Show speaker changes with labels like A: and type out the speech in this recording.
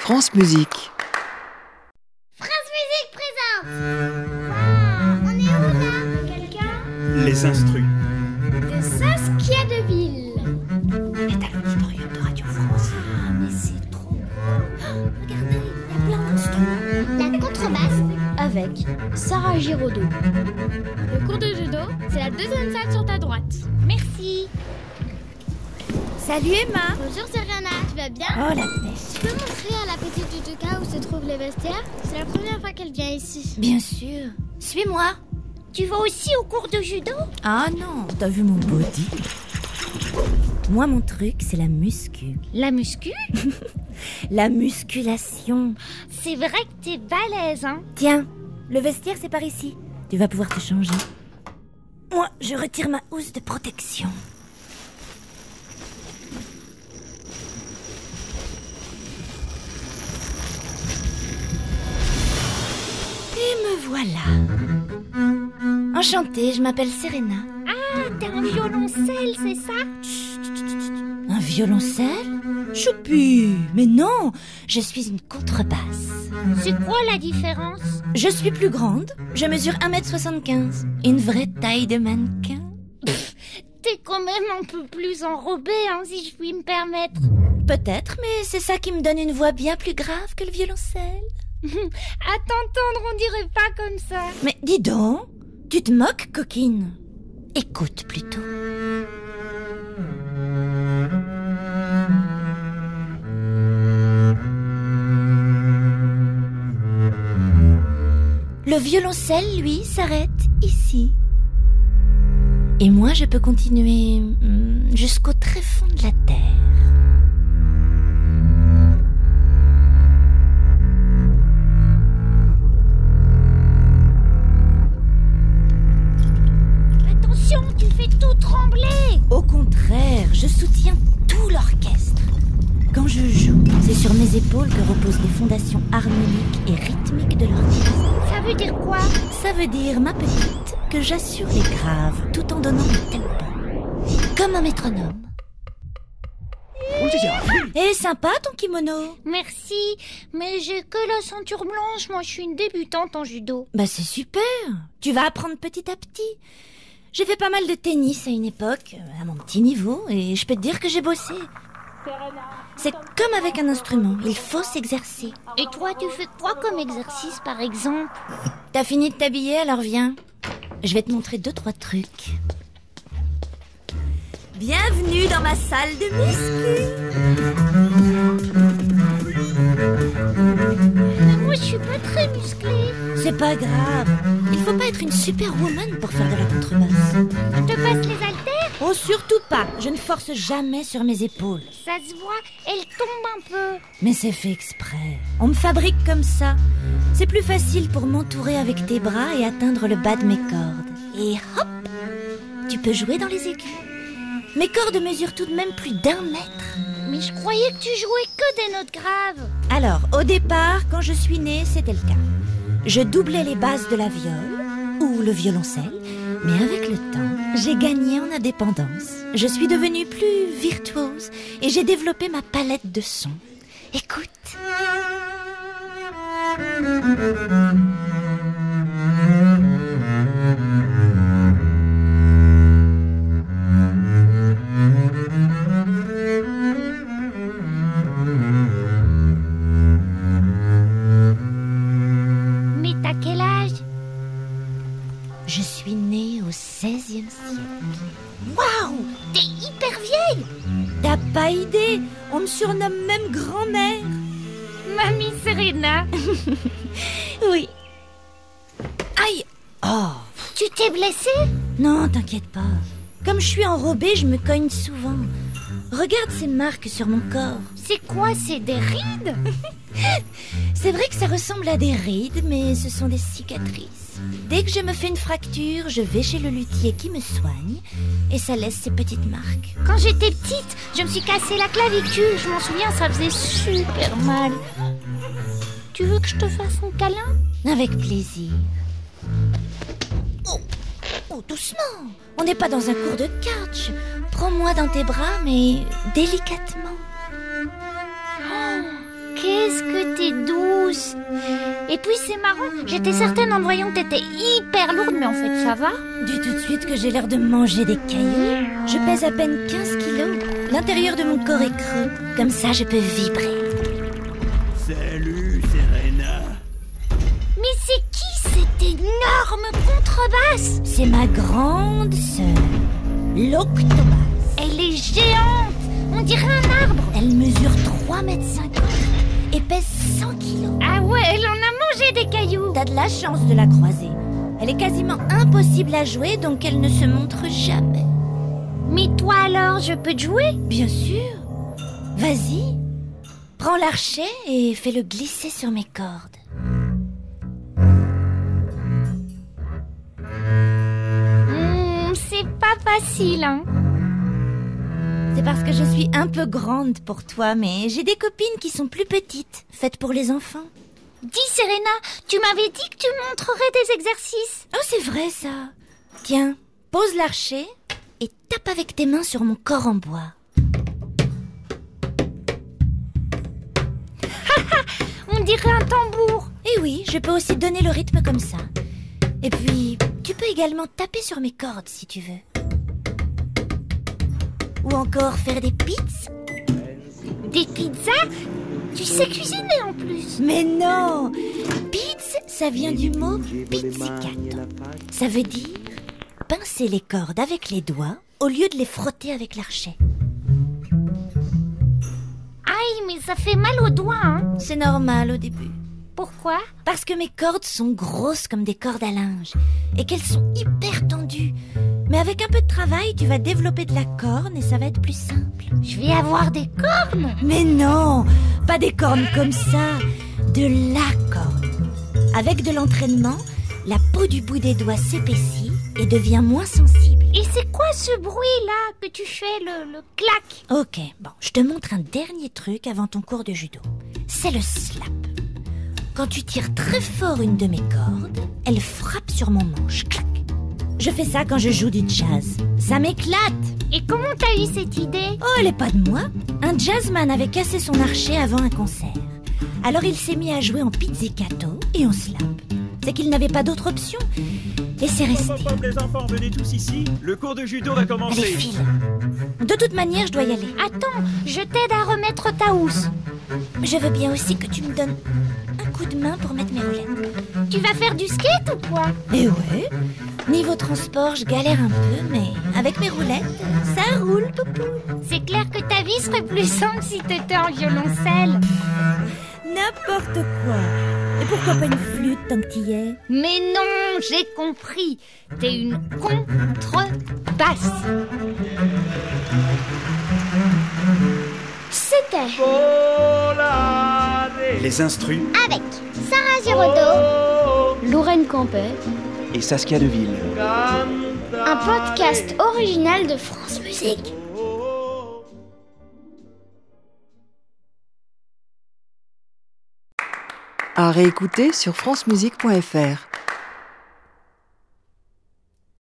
A: France Musique.
B: France Musique présente Waouh On est où là Quelqu'un
C: Les instruits.
B: De Saskia de Ville
D: est à l'auditorium de Radio France.
B: Ah mais c'est trop beau Oh, Regardez, il y a plein d'instruments La contrebasse avec Sarah Giraudot. Le cours de judo, c'est la deuxième salle sur ta droite. Merci
D: Salut Emma
B: Bonjour Serena, tu vas bien
D: Oh la pêche
B: Tu peux montrer à la petite Judoka où se trouvent les vestiaires C'est la première fois qu'elle vient ici.
D: Bien sûr Suis-moi
B: Tu vas aussi au cours de judo
D: Ah non T'as vu mon body Moi mon truc c'est la muscu.
B: La muscu
D: La musculation
B: C'est vrai que t'es balèze, hein
D: Tiens, le vestiaire c'est par ici. Tu vas pouvoir te changer. Moi je retire ma housse de protection. Et me voilà. Enchantée, je m'appelle Serena.
B: T'es un violoncelle, c'est ça
D: Un violoncelle Choupi Mais non Je suis une contrebasse.
B: C'est quoi la différence
D: Je suis plus grande, je mesure 1m75. Une vraie taille de mannequin.
B: T'es quand même un peu plus enrobée, hein, si je puis me permettre.
D: Peut-être, mais c'est ça qui me donne une voix bien plus grave que le violoncelle.
B: À t'entendre, on dirait pas comme ça.
D: Mais dis donc, tu te moques, coquine Écoute plutôt. Le violoncelle, lui, s'arrête ici. Et moi, je peux continuer hmm, jusqu'au très fond de la terre.
B: Attention, tu fais tout trembler.
D: Au contraire, je soutiens tout l'orchestre. Quand je joue, c'est sur mes épaules que reposent les fondations harmoniques et rythmiques de l'orchestre.
B: Ça veut dire quoi
D: Ça veut dire, ma petite, que j'assure les graves tout en donnant le tempo. Comme un métronome. Et sympa ton kimono
B: Merci, mais j'ai que la ceinture blanche. Moi, je suis une débutante en judo.
D: Bah c'est super Tu vas apprendre petit à petit. J'ai fait pas mal de tennis à une époque, euh, à mon petit niveau, et je peux te dire que j'ai bossé. C'est comme avec un instrument, il faut s'exercer.
B: Et toi, tu fais quoi comme exercice, par exemple
D: T'as fini de t'habiller, alors viens. Je vais te montrer deux, trois trucs. Bienvenue dans ma salle de muscu
B: Mais moi, je suis pas très musclée.
D: C'est pas grave, il faut pas être une superwoman pour faire de la contrebasse.
B: Je te passe les haltères
D: Oh, surtout pas Je ne force jamais sur mes épaules.
B: Ça se voit, elle tombe un peu.
D: Mais c'est fait exprès. On me fabrique comme ça. C'est plus facile pour m'entourer avec tes bras et atteindre le bas de mes cordes. Et hop Tu peux jouer dans les aigus. Mes cordes mesurent tout de même plus d'un mètre.
B: Mais je croyais que tu jouais que des notes graves.
D: Alors, au départ, quand je suis née, c'était le cas. Je doublais les bases de la viole ou le violoncelle, mais avec le temps, j'ai gagné en indépendance. Je suis devenue plus virtuose et j'ai développé ma palette de sons. Écoute.
B: Mais t'as quel âge
D: Je suis née au 16e siècle.
B: Waouh T'es hyper vieille
D: T'as pas idée On me surnomme même grand-mère
B: Mamie Serena
D: Oui. Aïe Oh
B: Tu t'es blessée
D: Non, t'inquiète pas. Comme je suis enrobée, je me cogne souvent. Regarde ces marques sur mon corps.
B: C'est quoi C'est des rides
D: C'est vrai que ça ressemble à des rides, mais ce sont des cicatrices. Dès que je me fais une fracture, je vais chez le luthier qui me soigne et ça laisse ces petites marques.
B: Quand j'étais petite, je me suis cassé la clavicule. Je m'en souviens, ça faisait super mal. Tu veux que je te fasse un câlin
D: Avec plaisir. Oh, oh doucement On n'est pas dans un cours de catch. Prends-moi dans tes bras, mais délicatement.
B: Qu'est-ce que plus. Et puis c'est marrant, j'étais certaine en voyant que t'étais hyper lourde, mais en fait ça va.
D: Dis tout de suite que j'ai l'air de manger des cailloux. Je pèse à peine 15 kilos. L'intérieur de mon corps est creux. Comme ça, je peux vibrer.
A: Salut, Serena.
B: Mais c'est qui cette énorme contrebasse
D: C'est ma grande sœur, l'octobas.
B: Elle est géante On dirait un arbre
D: Elle mesure 3 mètres 50 et pèse 100 kilos.
B: Ah ouais, elle en a mangé des cailloux
D: T'as de la chance de la croiser. Elle est quasiment impossible à jouer, donc elle ne se montre jamais.
B: Mais toi alors, je peux te jouer
D: Bien sûr. Vas-y. Prends l'archet et fais-le glisser sur mes cordes.
B: Hmm, C'est pas facile, hein
D: C'est parce que je suis un peu grande pour toi, mais j'ai des copines qui sont plus petites, faites pour les enfants.
B: Dis Serena, tu m'avais dit que tu montrerais des exercices
D: Oh, c'est vrai ça. Tiens, pose l'archet et tape avec tes mains sur mon corps en bois.
B: On dirait un tambour
D: Et Eh oui, je peux aussi donner le rythme comme ça. Et puis, tu peux également taper sur mes cordes si tu veux. Ou encore faire des pizzas.
B: Des pizzas Tu sais cuisiner en plus
D: Mais non Pizza, ça vient du mot pizzicato. Ça veut dire pincer les cordes avec les doigts au lieu de les frotter avec l'archet.
B: Aïe, mais ça fait mal aux doigts, hein
D: C'est normal au début.
B: Pourquoi
D: Parce que mes cordes sont grosses comme des cordes à linge et qu'elles sont hyper tendues. Mais avec un peu de travail, tu vas développer de la corne et ça va être plus simple.
B: Je vais avoir des cornes
D: Mais non, pas des cornes comme ça, de la corne. Avec de l'entraînement, la peau du bout des doigts s'épaissit et devient moins sensible.
B: Et c'est quoi ce bruit-là que tu fais, le, le clac
D: Ok, bon, je te montre un dernier truc avant ton cours de judo. C'est le slap. Quand tu tires très fort une de mes cordes, elle frappe sur mon manche. Clac. Je fais ça quand je joue du jazz. Ça m'éclate.
B: Et comment t'as eu cette idée
D: Oh, elle est pas de moi Un jazzman avait cassé son archet avant un concert. Alors il s'est mis à jouer en pizzicato et en slap. C'est qu'il n'avait pas d'autre option. Et c'est
A: Pop,
D: resté.
A: pop, pop, les enfants, venez tous ici. Le cours de judo va
D: Allez,
A: commencer.
D: file. De toute manière, je dois y aller. Ah,
B: Attends, je t'aide à remettre ta housse.
D: Je veux bien aussi que tu me donnes un coup de main pour mettre mes roulettes.
B: Tu vas faire du skate ou quoi
D: Eh ouais. Niveau transport, je galère un peu, mais avec mes roulettes, ça roule, poupou.
B: C'est clair que ta vie serait plus simple si t'étais en violoncelle.
D: N'importe quoi. Et pourquoi pas une flûte tant que t'y es
B: Mais non, j'ai compris. T'es une contrebasse. C'était
C: Les instrus
B: avec Sarah Girodo, Lauren Campbell,
C: et Saskia Deville.
B: un podcast original de France Musique.
E: À réécouter sur francemusique.fr.